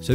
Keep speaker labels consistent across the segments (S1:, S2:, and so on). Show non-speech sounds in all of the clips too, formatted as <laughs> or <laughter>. S1: Se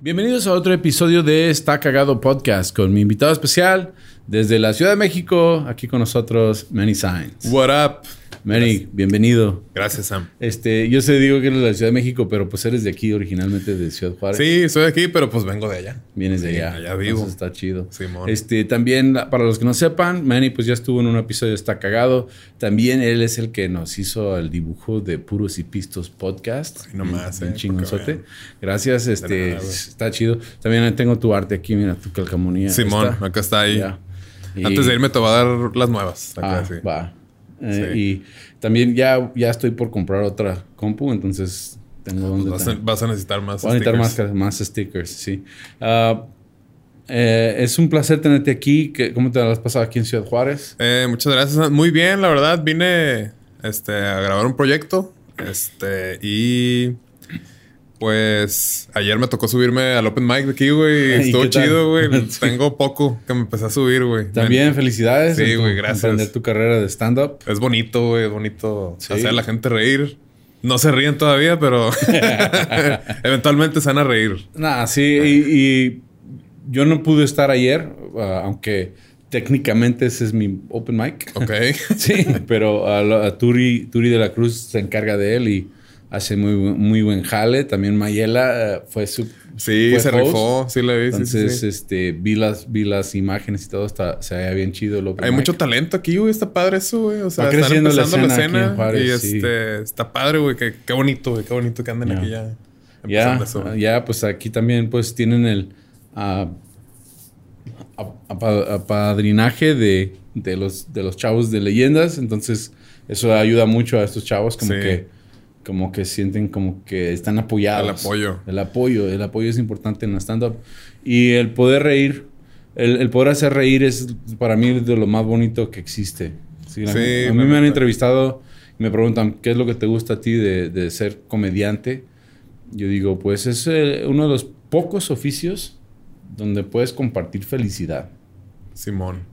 S1: Bienvenidos a otro episodio de Está Cagado Podcast con mi invitado especial desde la Ciudad de México, aquí con nosotros, Manny Sainz.
S2: What up?
S1: Manny, bienvenido.
S2: Gracias, Sam.
S1: Este, yo sé, digo que eres de la Ciudad de México, pero pues eres de aquí, originalmente de Ciudad Juárez.
S2: Sí, estoy aquí, pero pues vengo de allá.
S1: Vienes de
S2: Sí,
S1: allá.
S2: allá vivo.
S1: Entonces está chido.
S2: Simón.
S1: Este, también, la- para los que no sepan, Manny pues ya estuvo en un episodio de Está Cagado. También él es el que nos hizo el dibujo de Puros y Pistos Podcast.
S2: Ay, no más,
S1: Un
S2: eh,
S1: chingonzote.
S2: porque
S1: Gracias,
S2: De
S1: este,
S2: nada, güey.
S1: está chido. También tengo tu arte aquí, mira, tu calcamonía.
S2: Simón,
S1: Está.
S2: acá está ahí.
S1: Ya. Y-
S2: Antes de irme te voy a dar las nuevas. Acá,
S1: Ah,
S2: sí.
S1: va. Eh,
S2: Sí.
S1: Y también ya, ya estoy por comprar otra compu, entonces tengo donde...
S2: Ah, pues Vas, a, vas a necesitar más.
S1: Voy a necesitar más,
S2: stickers.
S1: ca- más stickers, sí. Ah, eh, es un placer tenerte aquí. ¿Qué- ¿Cómo te la has pasado aquí en Ciudad Juárez?
S2: Eh, muchas gracias. Sam. Muy bien, la verdad. Vine este, a grabar un proyecto. Este, y pues ayer me tocó subirme al Open Mic de aquí,
S1: <laughs>
S2: güey.
S1: ¿Y
S2: Estuvo
S1: qué tal?
S2: chido, güey.
S1: <laughs> Sí.
S2: Tengo poco que me empecé a subir, güey.
S1: También felicidades.
S2: Sí,
S1: en tu-
S2: güey, gracias.
S1: Emprender tu carrera de stand-up.
S2: Es bonito, güey, es bonito
S1: Sí.
S2: hacer a la gente reír. No se ríen
S1: <laughs>
S2: todavía, pero eventualmente se van a reír.
S1: Nah, sí, y, y yo no pude estar ayer, ah, aunque técnicamente ese es mi open
S2: <laughs>
S1: mic.
S2: Ok.
S1: Sí, pero a, la- a Turi, Turi de la Cruz se encarga de él y hace muy, bu- muy buen jale. También Mayela eh, fue su.
S2: Sí,
S1: fue
S2: se
S1: host.
S2: rifó, sí la vi. sí, sí, sí.
S1: Entonces, este, vi las, vi las imágenes y todo, está, se veía bien chido. el open
S2: Hay
S1: mic.
S2: mucho talento aquí, güey. Está padre eso, güey. O sea,
S1: este, Va
S2: están
S1: creciendo la
S2: empezando la
S1: escena aquí
S2: escena.
S1: en Juárez,
S2: y
S1: sí.
S2: este, está padre, güey. Qué, qué bonito, güey. Qué bonito que anden
S1: Ya.
S2: aquí ya.
S1: Ya,
S2: empezando eso, güey.
S1: ya, pues aquí también pues tienen el ah, ap- apa- apadrinaje de, de los, de los chavos de leyendas, entonces eso ayuda mucho a estos chavos como
S2: Sí.
S1: que como que sienten como que están apoyados.
S2: El apoyo.
S1: El apoyo, el apoyo es importante en la stand-up. Y el poder reír, el, el poder hacer reír es para mí de lo más bonito que existe. Sí, la
S2: Sí,
S1: gente- a
S2: la
S1: mí me han
S2: neta.
S1: entrevistado y me preguntan, ¿qué es lo que te gusta a ti de, de ser comediante? Yo digo, pues es eh, uno de los pocos oficios donde puedes compartir felicidad.
S2: Simón.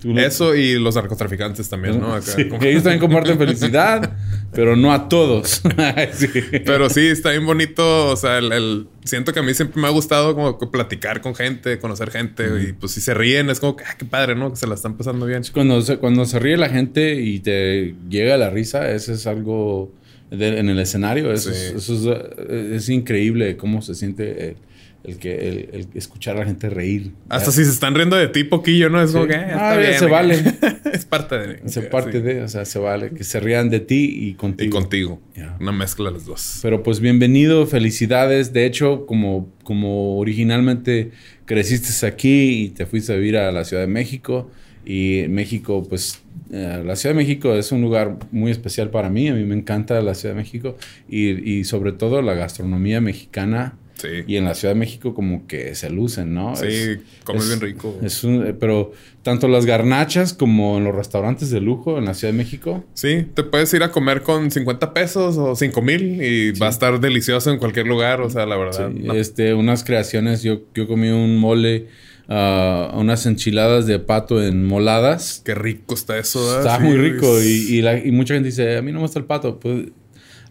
S1: Tú lo- <laughs>
S2: Eso y los narcotraficantes también, ¿no? Acá,
S1: Sí,
S2: <laughs> como-
S1: que ellos también comparten felicidad, pero no a todos. <laughs> Sí.
S2: Pero sí, está bien bonito. O sea, el, el- siento que a mí siempre me ha gustado como que platicar con gente, conocer gente. Y pues si se ríen, es como que, ah, qué padre, ¿no? Que se la están pasando bien.
S1: Cuando se, cuando se ríe la gente y te llega la risa, eso es algo de- en el escenario. Eso,
S2: Sí.
S1: es, eso es, eh, es increíble cómo se siente el, el que, el, el escuchar a la gente reír.
S2: Hasta si se están riendo de ti poquillo, ¿no? Es como
S1: Sí.
S2: que, "Eh, está
S1: Ah, ya
S2: bien,
S1: se
S2: acá".
S1: vale.
S2: <laughs> es parte de...
S1: Se
S2: sí.
S1: parte de, o sea, se vale que se rían de ti y contigo.
S2: Y contigo.
S1: Ya.
S2: Una mezcla de los dos.
S1: Pero pues bienvenido, felicidades. De hecho, como, como originalmente creciste aquí y te fuiste a vivir a la Ciudad de México. Y México, pues eh, la Ciudad de México es un lugar muy especial para mí. A mí me encanta la Ciudad de México y, y sobre todo la gastronomía mexicana.
S2: Sí.
S1: Y en la Ciudad de México como que se lucen, ¿no? Es-
S2: sí, comes
S1: es-
S2: bien rico.
S1: es un- eh, pero tanto las garnachas como en los restaurantes de lujo en la Ciudad de México.
S2: Sí, te puedes ir a comer con 50 pesos o 5 mil y va a estar delicioso en cualquier lugar. O sea, la verdad.
S1: Sí,
S2: Ah, no.
S1: este, unas creaciones. Yo, yo comí un mole, ah, unas enchiladas de pato en moladas.
S2: Qué rico está eso. ¿verdad?
S1: Está
S2: Ah, Sí,
S1: muy
S2: güey.
S1: rico y, y la- y mucha gente dice, a mí no me gusta el pato. Pues,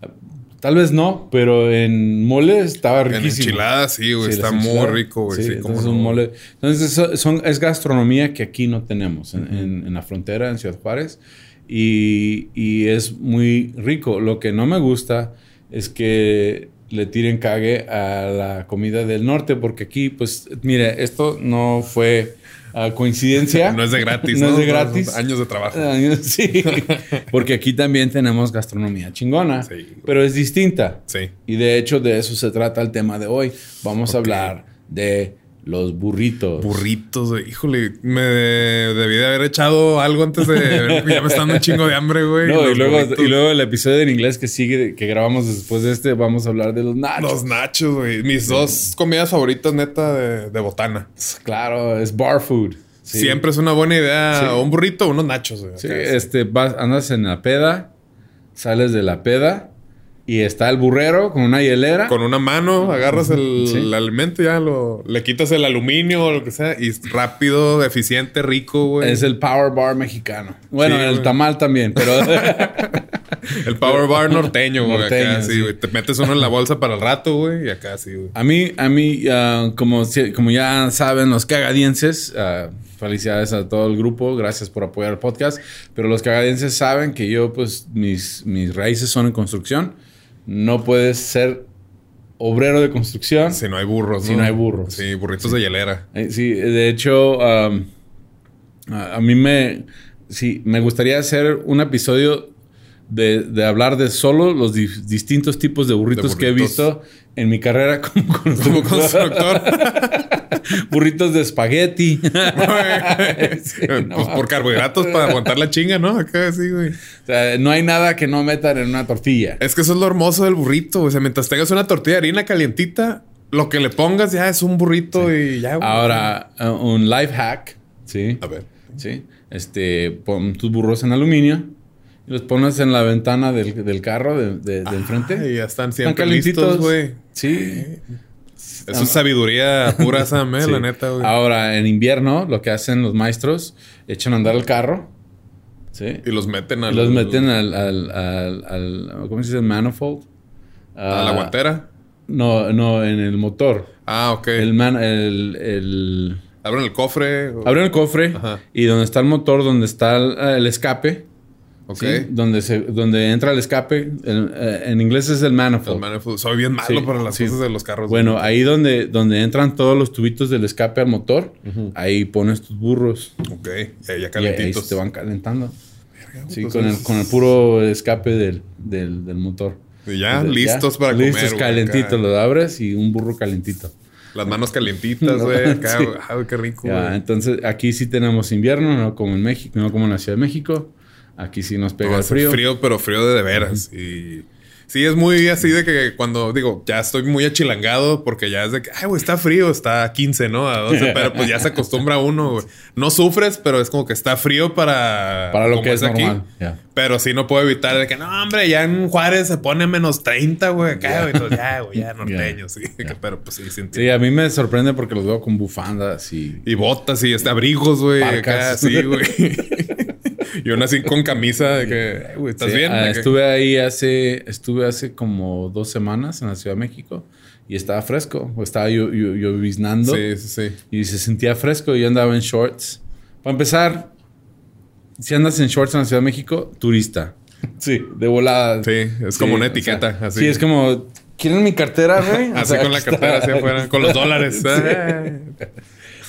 S1: ah, tal vez no, pero en mole estaba
S2: En
S1: riquísimo.
S2: enchiladas, sí, güey.
S1: Sí,
S2: está
S1: las
S2: muy
S1: enchiladas.
S2: rico, güey.
S1: Sí,
S2: Sí, cómo
S1: entonces un
S2: no.
S1: mole. Entonces eso- son, es gastronomía que aquí no tenemos en, en- en la frontera, en Ciudad Juárez. Y, y es muy rico. Lo que no me gusta es que le tiren cague a la comida del norte, porque aquí, pues, mire, esto no fue ah, coincidencia.
S2: <laughs> No es de gratis.
S1: No es de gratis.
S2: Son Años de trabajo.
S1: Ah, <laughs> Sí, porque aquí también tenemos gastronomía chingona,
S2: Sí, güey.
S1: pero es distinta.
S2: Sí.
S1: Y de hecho de eso se trata el tema de hoy. Vamos
S2: Ok.
S1: a hablar de los burritos.
S2: Burritos, güey. híjole, me debí de haber echado algo antes de. ya me está dando un chingo de hambre,
S1: <laughs>
S2: güey.
S1: No, y
S2: Los
S1: luego,
S2: burritos.
S1: y luego el episodio en inglés que sigue, que grabamos después de este, vamos a hablar de los nachos.
S2: Los nachos, güey. Mis dos comidas favoritas, neta, de, de botana.
S1: Claro, es bar food. Sí.
S2: Siempre es una buena idea. O un burrito o unos nachos. güey.
S1: Sí,
S2: Acá,
S1: este, vas, andas en la peda, sales de la peda y está el burrero con una hielera.
S2: Con una mano agarras el,
S1: Sí.
S2: el alimento, ya lo, le quitas el aluminio o lo que sea, y es rápido, eficiente, rico, güey.
S1: Es el Power Bar mexicano. Bueno,
S2: Sí,
S1: el
S2: güey.
S1: tamal también,
S2: <laughs>
S1: pero <laughs>
S2: El Power Bar norteño, güey. acá,
S1: Norteño,
S2: sí,
S1: sí.
S2: güey. Te metes uno en la bolsa para el rato, güey, y acá sí, güey.
S1: a mí, a mí ah, como, si- como ya saben los cagadienses, ah, felicidades a todo el grupo, gracias por apoyar el podcast, pero los cagadienses saben que yo, pues, mis, mis raíces son en construcción. No puedes ser obrero de construcción.
S2: Si no hay burros,
S1: Si no hay burros.
S2: Sí, burritos de hielera.
S1: Eh, Sí, de hecho, am, a, a mí me, sí, me gustaría hacer un episodio de, de hablar de solo los di- distintos tipos de burritos,
S2: De
S1: que he
S2: burritos.
S1: visto en mi carrera como
S2: <laughs>
S1: constructor.
S2: Como
S1: <laughs>
S2: constructor.
S1: burritos de
S2: <laughs>
S1: espagueti.
S2: güey.
S1: Sí,
S2: pues
S1: no
S2: por
S1: mames.
S2: carbohidratos para aguantar la chinga, ¿no? Acá sí, güey.
S1: O sea, no hay nada que no metan en una tortilla.
S2: Es que eso es lo hermoso del burrito. O sea, mientras tengas una tortilla de harina calientita, lo que le pongas ya es un burrito y ya, güey.
S1: Ahora, eh, un life hack, ¿sí?
S2: A ver.
S1: ¿sí? Este, pon tus burros en aluminio y los pones en la ventana del, del carro de, de- de enfrente.
S2: Y ya
S1: Están
S2: están
S1: Ah,
S2: siempre listos, güey.
S1: Sí.
S2: Eso es sabiduría pura, Sam, eh,
S1: Sí.
S2: la neta, güey.
S1: Ahora, en invierno, lo que hacen los maestros, echan a andar el carro. ¿Sí?
S2: Y los meten
S1: Y
S2: al,
S1: los meten al, al, al- al- ¿Cómo se dice? Manifold.
S2: a la
S1: Ah,
S2: guantera.
S1: No, no, en el motor.
S2: Ah, ok.
S1: El man, el, el-
S2: Abren el cofre. o-
S1: Abren el cofre
S2: Ajá.
S1: y donde está el motor, donde está el, el escape,
S2: Ok.
S1: ¿sí? donde, se, donde entra el escape, el- eh, en inglés es el manifold.
S2: Los manifolds. pues, Soy bien malo
S1: Sí,
S2: para las
S1: sí.
S2: cosas de los carros.
S1: Bueno, ahí donde, donde entran todos los tubitos del escape al motor, ahí pones tus burros.
S2: Ok. Ya, ya
S1: Y ahí
S2: calentitos.
S1: se te van calentando. Sí,
S2: pues
S1: con
S2: es-
S1: el, con el puro escape del, del, del motor.
S2: Y pues, ya
S1: Entonces,
S2: Ah, listos para comer.
S1: Listos,
S2: güey,
S1: calentitos.
S2: acá.
S1: Los abres y un burro calentito.
S2: Las
S1: <laughs>
S2: manos calientitas, güey. Acá,
S1: Sí.
S2: güey. Ah, güey, qué rico,
S1: Ya,
S2: güey.
S1: entonces, aquí sí tenemos invierno, no como en México, no como en la Ciudad de México. Aquí sí nos pega
S2: No,
S1: el
S2: hace
S1: frío.
S2: pero frío de de veras. Y sí, es muy así de que cuando digo, ya estoy muy achilangado porque ya es de que, ay, güey, está frío, está a 15, ¿no? A 12, pero pues ya se acostumbra uno, güey. No sufres, pero es como que está frío para,
S1: Para lo
S2: como
S1: que es normal. Ya.
S2: Pero sí no puedo evitar de que, no, hombre, ya en Juárez se pone menos 30, güey, acá, güey. Entonces, ya,
S1: <laughs>
S2: güey, ya norteño, sí. <laughs> Pero pues sí, sin
S1: Sí, a mí me sorprende porque los veo con bufandas y...
S2: y botas y este, abrigos, güey. Acá,
S1: Parcas. <laughs>
S2: sí, güey. y una así con camisa de que, "Ay, güey, ¿estás
S1: Sí,
S2: bien?
S1: ah,
S2: De que-
S1: estuve ahí hace, estuve hace como dos semanas en la Ciudad de México y estaba fresco, o estaba llo- llo- lloviznando
S2: Sí, sí, sí.
S1: y se sentía fresco y yo andaba en shorts. Para empezar, si andas en shorts en la Ciudad de México, turista. Sí, de volada.
S2: Sí, es como una etiqueta, así.
S1: Sí, es como, ¿quieren mi cartera, güey? O
S2: <laughs> Así
S1: sea,
S2: con la
S1: aquí
S2: cartera
S1: está.
S2: hacia afuera,
S1: <laughs>
S2: con los dólares. ¿eh?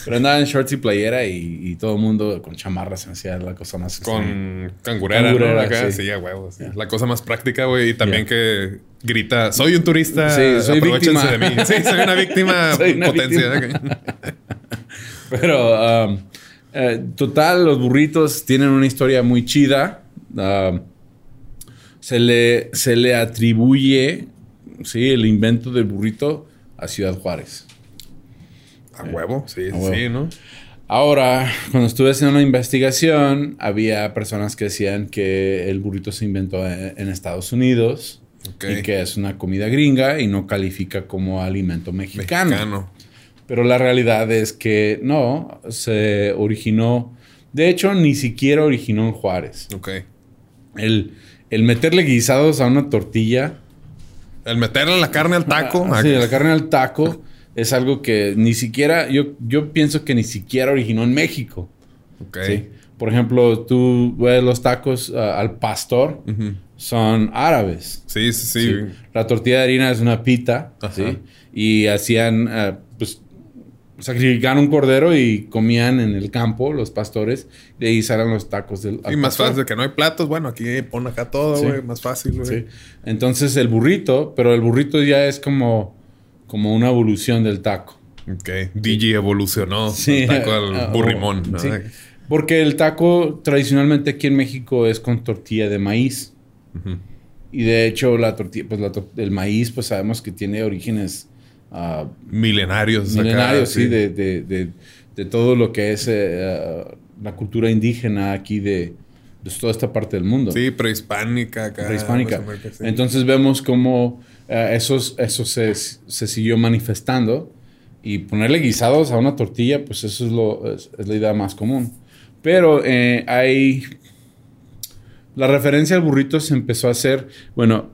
S1: Pero andaba en shorts y playera y, y todo el mundo con chamarras, me hacía la cosa más extraña.
S2: Con cangurera,
S1: Cangurera,
S2: ¿no? Acá, sí,
S1: sí.
S2: a huevos. La cosa más práctica, güey. Y también que grita, soy un turista,
S1: Sí, soy
S2: aprovechense
S1: víctima.
S2: de mí. Sí, soy una víctima
S1: <laughs> Soy una
S2: potencia.
S1: víctima. Pero um, eh, total, los burritos tienen una historia muy chida. Um, se, le, se le atribuye sí, el invento del burrito a Ciudad Juárez.
S2: A huevo, sí,
S1: A huevo.
S2: sí, ¿no?
S1: Ahora, cuando estuve haciendo una investigación, había personas que decían que el burrito se inventó en, en Estados Unidos
S2: Ok.
S1: y que es una comida gringa y no califica como alimento mexicano.
S2: Mexicano.
S1: Pero la realidad es que no, se originó, de hecho, ni siquiera originó en Juárez.
S2: Ok.
S1: El, el meterle guisados a una tortilla,
S2: El meterle la carne al taco.
S1: así, de Ah, la carne al taco, es algo que ni siquiera, yo, yo pienso que ni siquiera originó en México.
S2: Ok.
S1: ¿sí? Por ejemplo, tú ves los tacos ah, al pastor,
S2: Ujú.
S1: son árabes.
S2: Sí, sí, sí.
S1: Sí. La tortilla de harina es una pita,
S2: Ajá.
S1: ¿sí? Y hacían, ah, pues, sacrificaban un cordero y comían en el campo los pastores. De ahí salen los tacos del...
S2: Y
S1: al
S2: más fácil
S1: pastor,
S2: de que no hay platos. Bueno, aquí pon acá todo,
S1: Sí.
S2: güey. Más fácil, güey.
S1: ¿sí? Entonces, el burrito, pero el burrito ya es como, como una evolución del taco.
S2: Ok. DJ evolucionó
S1: Sí.
S2: del taco
S1: <laughs>
S2: al
S1: Ah, o-
S2: burrimón. ¿no?
S1: sí. Porque el taco tradicionalmente aquí en México es con tortilla de maíz.
S2: Ujú.
S1: Y de hecho, la tortilla, pues la tor- el maíz, pues sabemos que tiene orígenes ah,
S2: Milenarios. Pues acá,
S1: milenarios, sí,
S2: sí.
S1: de, de, de, de todo lo que es eh, uh, la cultura indígena aquí de, de toda esta parte del mundo.
S2: Sí, prehispánica acá.
S1: prehispánica.
S2: más o menos, sí.
S1: Entonces vemos cómo eh, esos- eso, se, se siguió manifestando y ponerle guisados a una tortilla, pues eso es, lo, es, es la idea más común. Pero eh, hay... La referencia al burrito se empezó a hacer, bueno,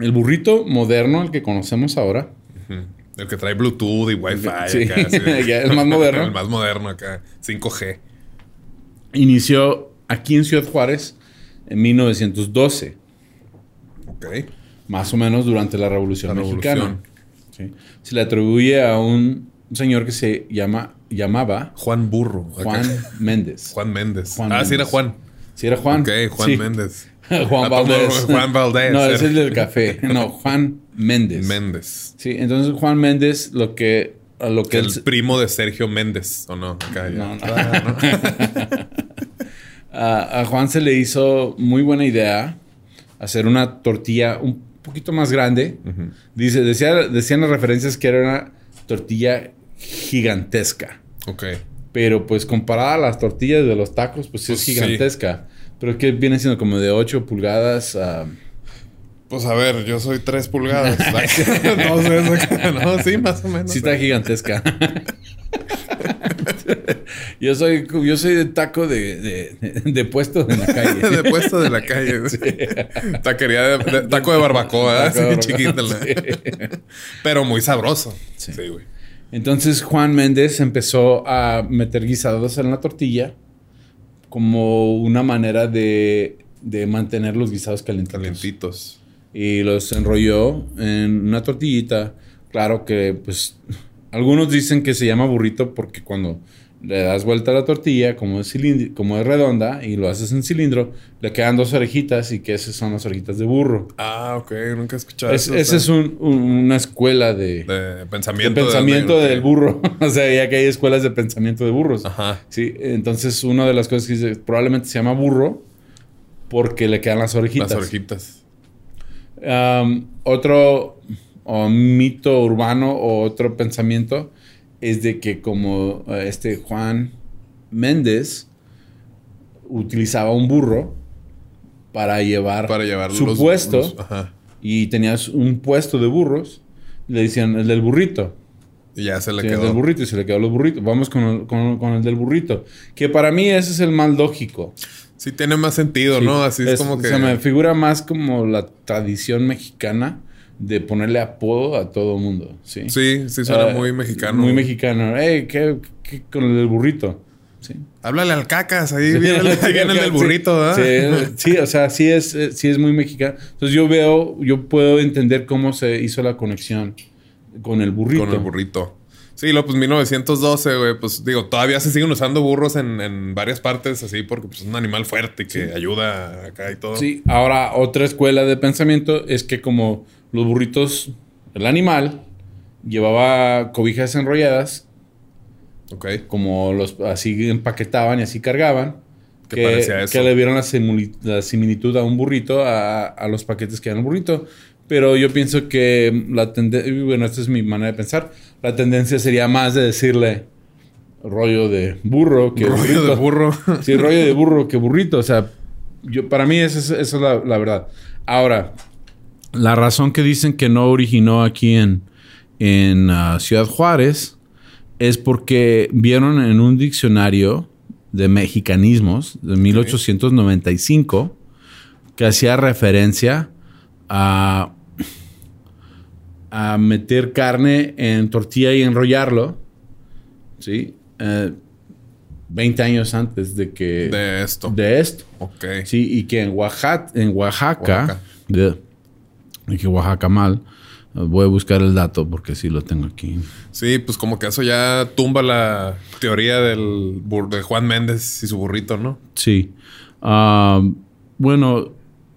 S1: el burrito moderno, el que conocemos ahora,
S2: Ujú. El que trae Bluetooth y Wi-Fi.
S1: Sí.
S2: acá, sí.
S1: <laughs> Ya, el más moderno.
S2: el más moderno acá. 5G.
S1: inició aquí en Ciudad Juárez en 1912,
S2: Ok.
S1: más o menos durante la Revolución
S2: La
S1: Mexicana.
S2: revolución.
S1: ¿sí? Se le atribuye a un señor que se llama, llamaba
S2: Juan Burro. acá.
S1: Juan Méndez.
S2: <laughs> Juan Méndez.
S1: Juan
S2: ah, sí, era
S1: Méndez.
S2: Juan.
S1: ¿Sí era Juan?
S2: Ok, Juan
S1: Sí.
S2: Méndez.
S1: <laughs> Juan
S2: Ah, perdón,
S1: Valdés.
S2: Juan Valdés.
S1: No, ese es el del café. No, Juan Méndez.
S2: Méndez.
S1: sí, entonces Juan Méndez lo que... a lo que
S2: Que
S1: él
S2: el
S1: se-
S2: primo de Sergio Méndez, ¿o no? Acá ya.
S1: No, no.
S2: Ah, no.
S1: a, a Juan se le hizo muy buena idea hacer una tortilla un poquito más grande. <laughs>
S2: Ujú.
S1: Dice, decía, decían las referencias que era una tortilla gigantesca.
S2: Ok.
S1: Pero pues comparada a las tortillas de los tacos, pues sí es
S2: Pues, sí.
S1: gigantesca. Pero es que viene siendo como de 8 pulgadas. ah,
S2: Pues a ver, yo soy
S1: <laughs>
S2: tres pulgadas. <laughs> no sé, no, sí, más o menos.
S1: sí está
S2: <laughs>
S1: gigantesca. <laughs> yo, soy, yo soy de taco de, de- de puesto en la calle.
S2: <laughs> de puesto de
S1: <laughs>
S2: la calle. Taquería de, de- taco de barbacoa,
S1: Taco <laughs> de
S2: ¿verdad? Sí, chiquita.
S1: barbacoa,
S2: la- Pero muy sabroso.
S1: Sí.
S2: Sí, güey.
S1: Entonces Juan Méndez empezó a meter guisados en la tortilla como una manera de, de mantener los guisados calentitos.
S2: Calientitos.
S1: Y los enrolló en una tortillita. Claro que pues algunos dicen que se llama burrito porque cuando le das vuelta a la tortilla, como es, cilindri- como es redonda y lo haces en cilindro, le quedan dos orejitas y que esas son las orejitas de burro.
S2: Ah, ok. Nunca he escuchado
S1: Es-
S2: eso.
S1: esa es un- un- una escuela de
S2: De
S1: el
S2: pensamiento.
S1: pensamiento
S2: de-
S1: del burro. <laughs> o sea, ya que hay escuelas de pensamiento de burros.
S2: Ajá.
S1: Sí, entonces una de las cosas que dice, probablemente se llama burro porque le quedan las orejitas.
S2: Las orejitas.
S1: Am, otro o mito urbano o otro pensamiento es de que como eh, este Juan Méndez utilizaba un burro para llevar
S2: Para llevar
S1: su
S2: los-
S1: puesto
S2: los- ajá.
S1: y tenías un puesto de burros, le decían el del burrito.
S2: Y ya se le
S1: Sí, el del
S2: quedó.
S1: burrito y se le quedó los burritos. Vamos con el, con- con el del burrito. Que para mí ese es el más lógico.
S2: Sí, tiene más sentido, ¿no? Así es, como que.
S1: Se me figura más como la tradición mexicana de ponerle apodo a todo mundo. Sí,
S2: Sí, sí, suena
S1: Ah,
S2: muy mexicano.
S1: Muy mexicano. Ey, ¿qué, qué con el del burrito? Sí.
S2: Háblale al cacas, ahí viene
S1: <laughs>
S2: el, ahí viene el del burrito, ¿verdad?
S1: Sí, sí, o sea, sí es, eh, sí es muy mexicano. Entonces yo veo, yo puedo entender cómo se hizo la conexión con el burrito.
S2: Con el burrito. Sí, lo pues 1912, güey, pues digo, todavía se siguen usando burros en, en varias partes así porque pues, es un animal fuerte y que ayuda acá y todo.
S1: Sí, ahora otra escuela de pensamiento es que como los burritos, el animal llevaba cobijas enrolladas,
S2: Ok.
S1: como los así empaquetaban y así cargaban,
S2: Que
S1: que,
S2: parecía eso.
S1: que le vieron la, simili- la similitud a un burrito, a, a los paquetes que eran el burrito. Pero yo pienso que la tendencia, bueno, esta es mi manera de pensar, la tendencia sería más de decirle rollo de burro que
S2: Rollo
S1: burrito. <laughs>
S2: de burro.
S1: Sí, rollo de burro que burrito. O sea, yo, para mí esa es, esa es la, la verdad. Ahora, la razón que dicen que no originó aquí en, en ah, Ciudad Juárez es porque vieron en un diccionario de mexicanismos de 1895 que hacía referencia a, a meter carne en tortilla y enrollarlo. ¿Sí? Eh, 20 años antes de que...
S2: de esto.
S1: de esto.
S2: ok.
S1: Sí, y que en Oaxaca, en Oaxaca,
S2: Oaxaca.
S1: de- dije Oaxaca mal, voy a buscar el dato porque sí lo tengo aquí.
S2: Sí, pues como que eso ya tumba la teoría del bur- de Juan Méndez y su burrito, ¿no?
S3: Sí. Ah, bueno,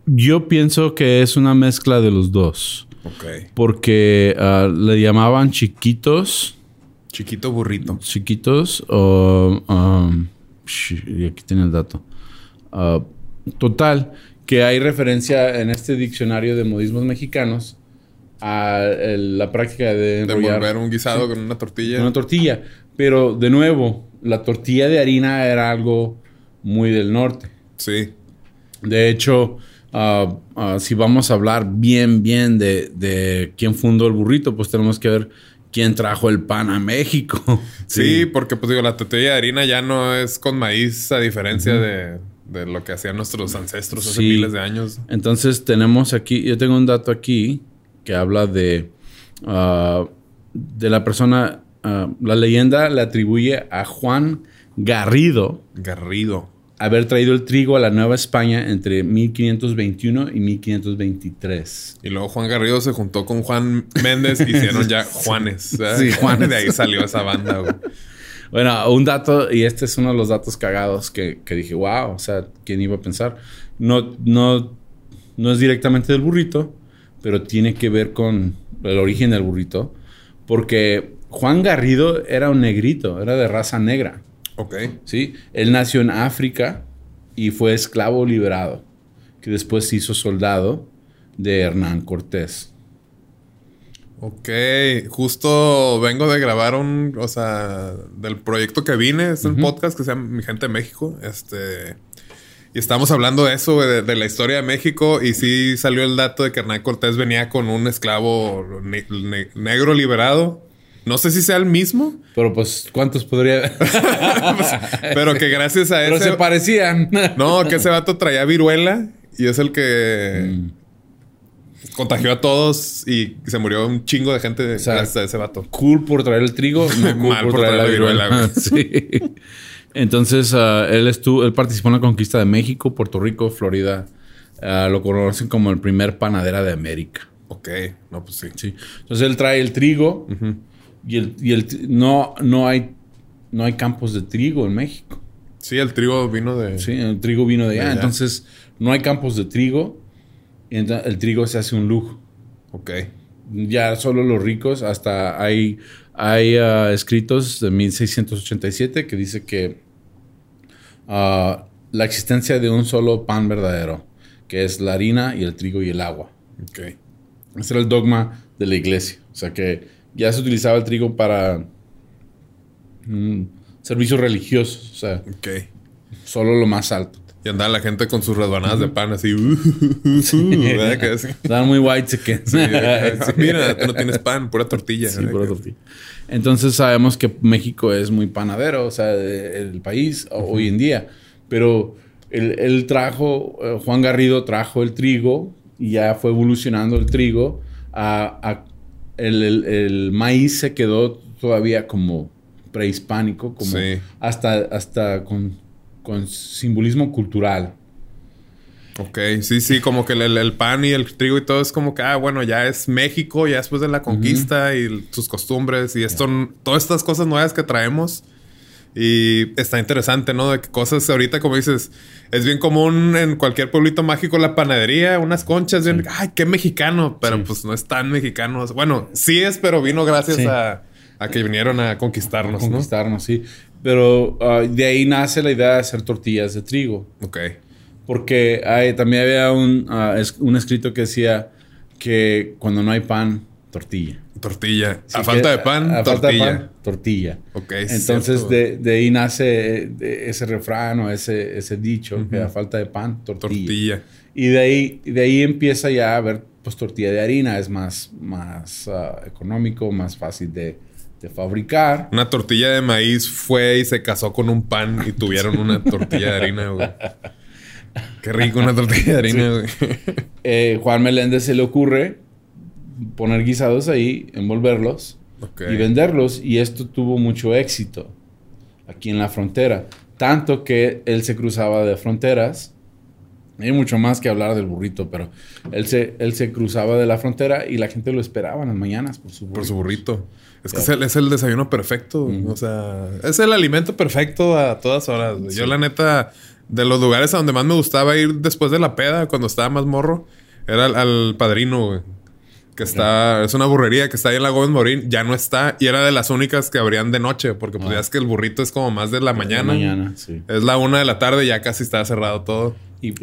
S3: yo pienso que es una mezcla de los dos.
S2: Ok.
S3: Porque ah, le llamaban chiquitos,
S2: Chiquito burrito.
S3: chiquitos, o... um, sh- y aquí tiene el dato. Ah,
S1: Total, que hay referencia en este diccionario de modismos mexicanos a el- la práctica de
S2: De
S1: enrollar
S2: envolver un guisado con una tortilla.
S1: una tortilla. Pero de nuevo, la tortilla de harina era algo muy del norte.
S2: sí.
S1: De hecho, ah, ah, si vamos a hablar bien, bien de, de quién fundó el burrito, pues tenemos que ver quién trajo el pan a México. <laughs>
S2: sí. porque pues digo, la tortilla de harina ya no es con maíz, a diferencia de, de lo que hacían nuestros ancestros hace
S1: Sí.
S2: miles de años.
S1: Entonces tenemos aquí, yo tengo un dato aquí que habla de, ah, de la persona, ah, la leyenda le atribuye a Juan Garrido
S2: Garrido.
S1: haber traído el trigo a la Nueva España entre 1521 y 1523.
S2: Y luego Juan Garrido se juntó con Juan Méndez y
S1: <laughs>
S2: hicieron ya Juanes. ¿verdad?
S1: Sí, Juanes. <laughs>
S2: De ahí salió esa banda, güey.
S1: Bueno, un dato, y este es uno de los datos cagados que, que dije, wow, o sea, ¿quién iba a pensar? No, no, no es directamente del burrito, pero tiene que ver con el origen del burrito, porque Juan Garrido era un negrito, era de raza negra,
S2: Ok.
S1: ¿sí? Él nació en África y fue esclavo liberado, que después se hizo soldado de Hernán Cortés.
S2: Ok, justo vengo de grabar un, o sea, del proyecto que vine, es un podcast que se llama Mi Gente de México, este, y estamos hablando de eso, güey, de, de la historia de México, y sí salió el dato de que Hernán Cortés venía con un esclavo ne- ne- negro liberado, no sé si sea el mismo,
S1: Pero pues, ¿cuántos podría...? <laughs> Pues,
S2: <laughs> pero que gracias a
S1: pero
S2: ese...
S1: se parecían.
S2: No, que ese vato traía viruela y es el que
S1: Mm.
S2: contagió a todos y se murió un chingo de gente
S1: sea,
S2: gracias a ese vato.
S1: cool por traer el
S2: <laughs>
S1: trigo, no cool
S2: Mal por traer la viruela,
S1: <laughs> Sí. Entonces, ah, él estuvo, él participó en la conquista de México, Puerto Rico, Florida. Ah, lo conocen como el primer panadera de América.
S2: Ok, no, pues sí.
S1: Sí. Entonces él trae el trigo y el, y el tri- no, no hay no hay campos de trigo en México.
S2: Sí, el trigo vino de.
S1: Sí, el trigo vino de allá.
S2: De allá.
S1: Entonces, no hay campos de trigo. Y ento- el trigo se hace un lujo.
S2: Ok.
S1: ya solo los ricos, hasta hay, hay ah, escritos de 1687 que dice que ah, la existencia de un solo pan verdadero, que es la harina y el trigo y el agua.
S2: Ok.
S1: Ese era el dogma de la iglesia. O sea que ya se utilizaba el trigo para mm, servicios religiosos, o sea,
S2: Ok.
S1: solo lo más alto.
S2: Y andaba la gente con sus rebanadas de pan así. <laughs> ¿verdad que sí?
S1: Estaban muy white
S2: Sí, de que,
S1: <laughs>
S2: "Ah, Mira, tú no tienes pan, pura tortilla.
S1: Sí,
S2: ¿verdad
S1: pura
S2: que-
S1: tortilla. Entonces sabemos que México es muy panadero, o sea, de- el país o- hoy en día. Pero él, él trajo, eh, Juan Garrido trajo el trigo y ya fue evolucionando el trigo. a- a- el, el- el maíz se quedó todavía como prehispánico, como
S2: Sí.
S1: hasta, hasta con, con simbolismo cultural.
S2: Ok, sí, sí, como que el- el, el pan y el trigo y todo es como que, ah, bueno, ya es México, ya después de la conquista y el- sus costumbres y esto, todas estas cosas nuevas que traemos. Y está interesante, ¿no? De que cosas ahorita, como dices, es bien común en cualquier pueblito mágico la panadería, unas conchas, bien, ay, qué mexicano, pero pues no es tan mexicano. Bueno, sí es, pero vino gracias
S1: Sí.
S2: a, a que vinieron a conquistarnos,
S1: Conquistarnos, sí. Pero ah, de ahí nace la idea de hacer tortillas de trigo.
S2: ¿no? Ok.
S1: Porque hay- también había un, ah, es- un escrito que decía que cuando no hay pan, tortilla.
S2: Tortilla.
S1: Así
S2: a
S1: que,
S2: falta de pan,
S1: a- a falta de
S2: tortilla.
S1: pan, tortilla.
S2: Ok.
S1: Entonces
S2: cierto.
S1: de, de ahí nace eh, de ese refrán o ese, ese dicho, que a falta de pan, tortilla.
S2: Tortilla.
S1: Y de ahí, de ahí empieza ya a haber pues, tortilla de harina, es más, más ah, económico, más fácil de, de fabricar.
S2: Una tortilla de maíz fue y se casó con un pan y tuvieron <laughs> una tortilla de harina, güey. Qué rico una tortilla de harina, güey.
S1: Eh, Juan Meléndez se le ocurre poner guisados ahí, envolverlos
S2: Ok.
S1: y venderlos. Y esto tuvo mucho éxito aquí en la frontera. Tanto que él se cruzaba de fronteras. Hay mucho más que hablar del burrito, pero él se, él se cruzaba de la frontera y la gente lo esperaba en las mañanas por su burrito.
S2: Por su burrito. Es que es el, es el desayuno perfecto. O sea, es el alimento perfecto a todas horas. güey. Yo, la neta, de los lugares a donde más me gustaba ir después de la peda, cuando estaba más morro, era al, al padrino, güey. Que está, es una burrería que está ahí en la Gómez Morín, ya no está, y era de las únicas que abrían de noche, porque pues
S1: Ah.
S2: ya es que el burrito es como más de la
S1: En la
S2: mañana. Ah,
S1: mañana, sí.
S2: Es la una de la tarde, ya casi está cerrado todo.
S1: Y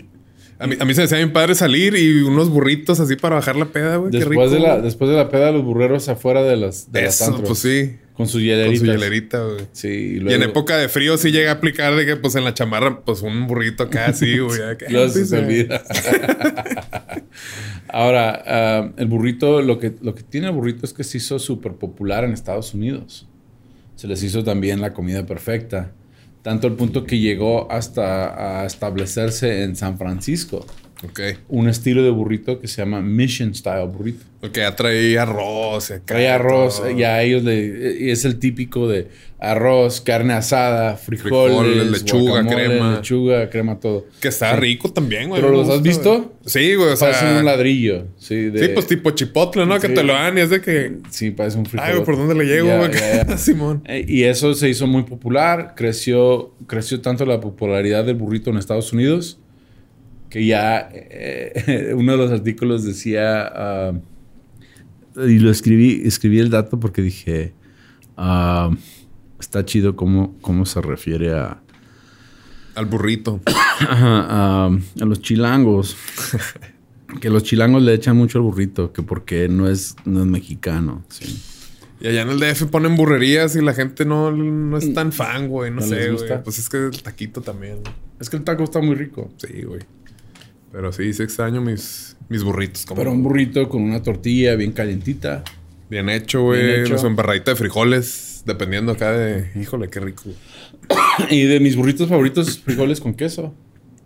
S2: A mí, a mí se me hacía bien padre salir y unos burritos así para bajar la peda, güey. Qué rico.
S1: Después, de la, después de la peda, los burreros afuera de las, de las
S2: Eso,
S1: antros.
S2: pues sí.
S1: Con sus
S2: Con
S1: hieleritas.
S2: su hielerita, güey.
S1: Sí, y,
S2: Y
S1: luego,
S2: en época de frío sí llega a aplicar de que pues en la chamarra, pues un burrito
S1: <laughs>
S2: acá así, güey. acá.
S1: luego se
S2: Sí,
S1: te
S2: sí.
S1: olvida. <laughs> Ahora, ah, el burrito, lo que, lo que tiene el burrito es que se hizo súper popular en Estados Unidos. Se les hizo también la comida perfecta. Tanto al punto que llegó hasta a establecerse en San Francisco.
S2: Ok.
S1: Un estilo de burrito que se llama Mission Style Burrito.
S2: Ok, ya traía arroz. y acá
S1: Trae arroz
S2: todo.
S1: y a ellos le, y es el típico de arroz, carne asada, frijoles,
S2: Frijoles, lechuga,
S1: guacamole,
S2: crema.
S1: lechuga, crema, todo.
S2: Que estaba rico también, güey.
S1: ¿Pero
S2: me
S1: los has
S2: gusta,
S1: visto?
S2: güey. Sí, güey. O sea,
S1: Parece un ladrillo, sí. de-
S2: sí, pues tipo chipotle, ¿no?
S1: Sí.
S2: Que te lo dan y es de que.
S1: Sí, parece un frijol.
S2: Ay, güey, ¿por dónde le llego,
S1: Ya,
S2: güey?
S1: ya, ya.
S2: <laughs> Simón.
S1: Eh, Y eso se hizo muy popular, creció, creció tanto la popularidad del burrito en Estados Unidos que ya eh, <laughs> uno de los artículos decía, ah, y lo escribí, escribí el dato porque dije, ah, está chido cómo, cómo se refiere a,
S2: Al burrito.
S1: Ajá, am, a los chilangos. que los chilangos le echan mucho al burrito, que porque no es, no es mexicano. sí.
S2: Y allá en el DF ponen burrerías y la gente no, no es tan fan, güey. No,
S1: Mm. ¿No les
S2: sé,
S1: gusta?
S2: güey. Pues es que el taquito también.
S1: Es que el taco está muy rico.
S2: Sí, güey. Pero sí, sí extraño mis, mis burritos. Como
S1: Pero un burrito con una tortilla bien calientita. <clears throat>
S2: Bien hecho,
S1: Bien
S2: güey.
S1: hecho.
S2: Su embarradita de frijoles. Dependiendo acá de... Híjole, qué rico.
S1: y de mis burritos favoritos, frijoles con queso.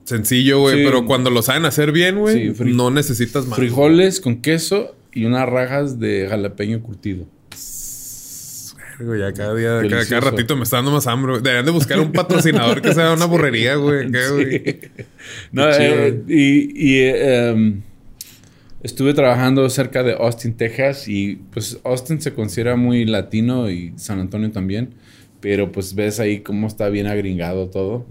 S2: Sencillo, güey.
S1: Sí.
S2: Pero cuando lo saben hacer bien,
S1: Sí,
S2: güey,
S1: fri-
S2: no necesitas más.
S1: Frijoles con queso y unas rajas de jalapeño curtido.
S2: Güey, ya cada día, cada,
S1: Delicioso.
S2: cada ratito me está dando más hambre. güey. Deberían de
S1: <laughs>
S2: buscar un patrocinador que sea una burrería, güey. acá, güey. <laughs>
S1: No,
S2: Qué
S1: eh, y y, eh, em, estuve trabajando cerca de Austin, Texas, y pues Austin se considera muy latino y San Antonio también, pero pues ves ahí cómo está bien agringado todo.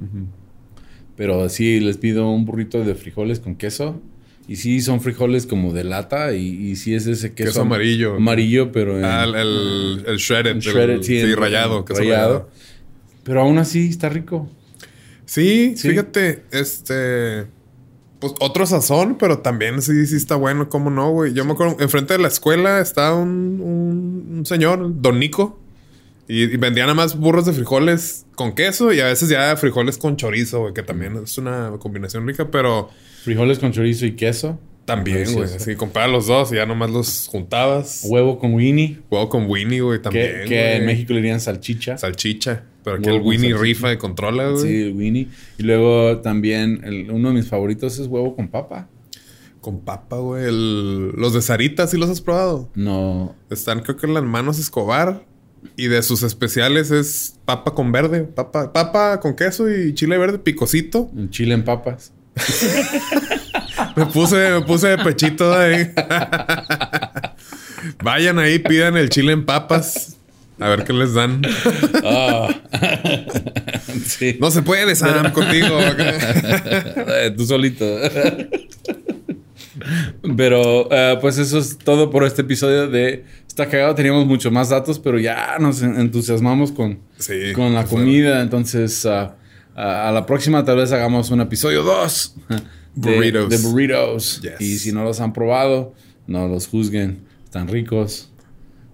S1: Pero sí, les pido un burrito de frijoles con queso. Y sí, son frijoles como de lata y, y sí es ese queso,
S2: Queso amarillo.
S1: Amarillo, pero... en-
S2: Ah, el, el, el shredded.
S1: en
S2: el-
S1: shredded,
S2: sí,
S1: en-
S2: rayado. queso
S1: rallado. Pero aún así está rico.
S2: Sí,
S1: Sí.
S2: fíjate, este. Pues otro sazón, pero también sí, sí está bueno, cómo no, güey. Yo me acuerdo, enfrente de la escuela está un, un- un señor, Don Nico, y, y vendía nada más burros de frijoles con queso y a veces ya frijoles con chorizo, güey, que también
S1: Mm.
S2: es una combinación rica, pero
S1: Frijoles con chorizo y queso.
S2: también,
S1: Delicioso.
S2: güey. Así compraba los dos y ya nomás los juntabas.
S1: Huevo con Winnie.
S2: Huevo con Winnie, güey,
S1: Que,
S2: también.
S1: que en
S2: güey.
S1: México le dirían salchicha.
S2: Salchicha. Pero aquí
S1: Huevo
S2: el
S1: con
S2: Winnie
S1: salchicha.
S2: rifa y controla, güey.
S1: sí, el Winnie. Y luego también el- uno de mis favoritos es huevo con papa.
S2: Con papa, güey. El- Los de Sarita, ¿sí los has probado?
S1: No.
S2: Están creo que en las manos Escobar. Y de sus especiales es papa con verde, papa, papa con queso y chile verde picosito.
S1: El chile en papas.
S2: <laughs> Me puse, me puse de pechito ahí. <laughs> Vayan ahí, pidan el chile en papas. A ver qué les dan.
S1: Ah. <laughs> sí.
S2: No se puede,
S1: <laughs>
S2: Sam, contigo.
S1: Eh, Tú solito. pero eh, pues eso es todo por este episodio de Está cagado. Teníamos mucho más datos, pero ya nos en- entusiasmamos con,
S2: Sí,
S1: con la
S2: fue-
S1: comida. Entonces, ah, ah, a la próxima tal vez hagamos un episodio 2 de
S2: Burritos.
S1: de burritos.
S2: Yes.
S1: Y si no los han probado, no los juzguen. Están ricos.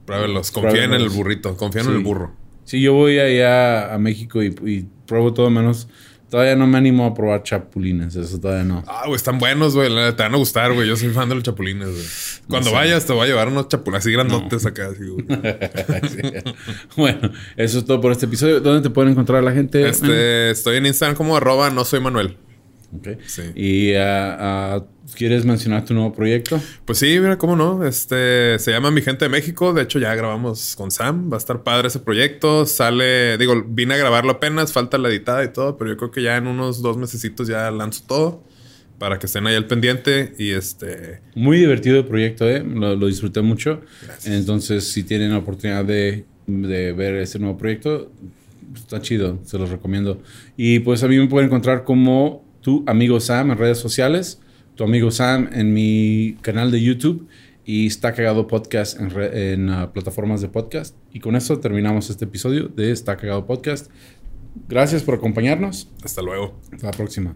S2: Pruébenlos. Confía en el
S1: Pruébenlos.
S2: burrito, confía en el
S1: Sí.
S2: burro.
S1: Sí, yo voy allá a México y, y pruebo todo menos. Todavía no me animo a probar chapulines. Eso todavía no.
S2: Ah, güey, están buenos, güey. la neta, Te van a gustar, güey. Yo soy fan de los chapulines, güey. Cuando
S1: sé.
S2: vayas, te voy a llevar unos chapulines así grandotes acá, así, güey.
S1: <laughs> bueno, eso es todo por este episodio. ¿Dónde te pueden encontrar la gente?
S2: Este, estoy en Instagram como arroba no soy Manuel.
S1: Ok.
S2: Sí.
S1: Y ah, ah, ¿quieres mencionar tu nuevo proyecto?
S2: Pues sí, mira, cómo no. Este se llama Mi Gente de México. De hecho, ya grabamos con Sam. Va a estar padre ese proyecto. Sale, digo, vine a grabarlo apenas, falta la editada y todo, pero yo creo que ya en unos dos mesecitos ya lanzo todo para que estén ahí al pendiente. Y este,
S1: Muy divertido el proyecto, ¿eh? lo, lo disfruté mucho. Entonces, si tienen la oportunidad de, de ver este nuevo proyecto, está chido, se los recomiendo. Y pues a mí me pueden encontrar como tu amigo Sam en redes sociales, tu amigo Sam en mi canal de YouTube y está cagado podcast en, re- en, ah, plataformas de podcast. Y con eso terminamos este episodio de Está cagado podcast. Gracias por acompañarnos.
S2: hasta luego.
S1: Hasta la próxima.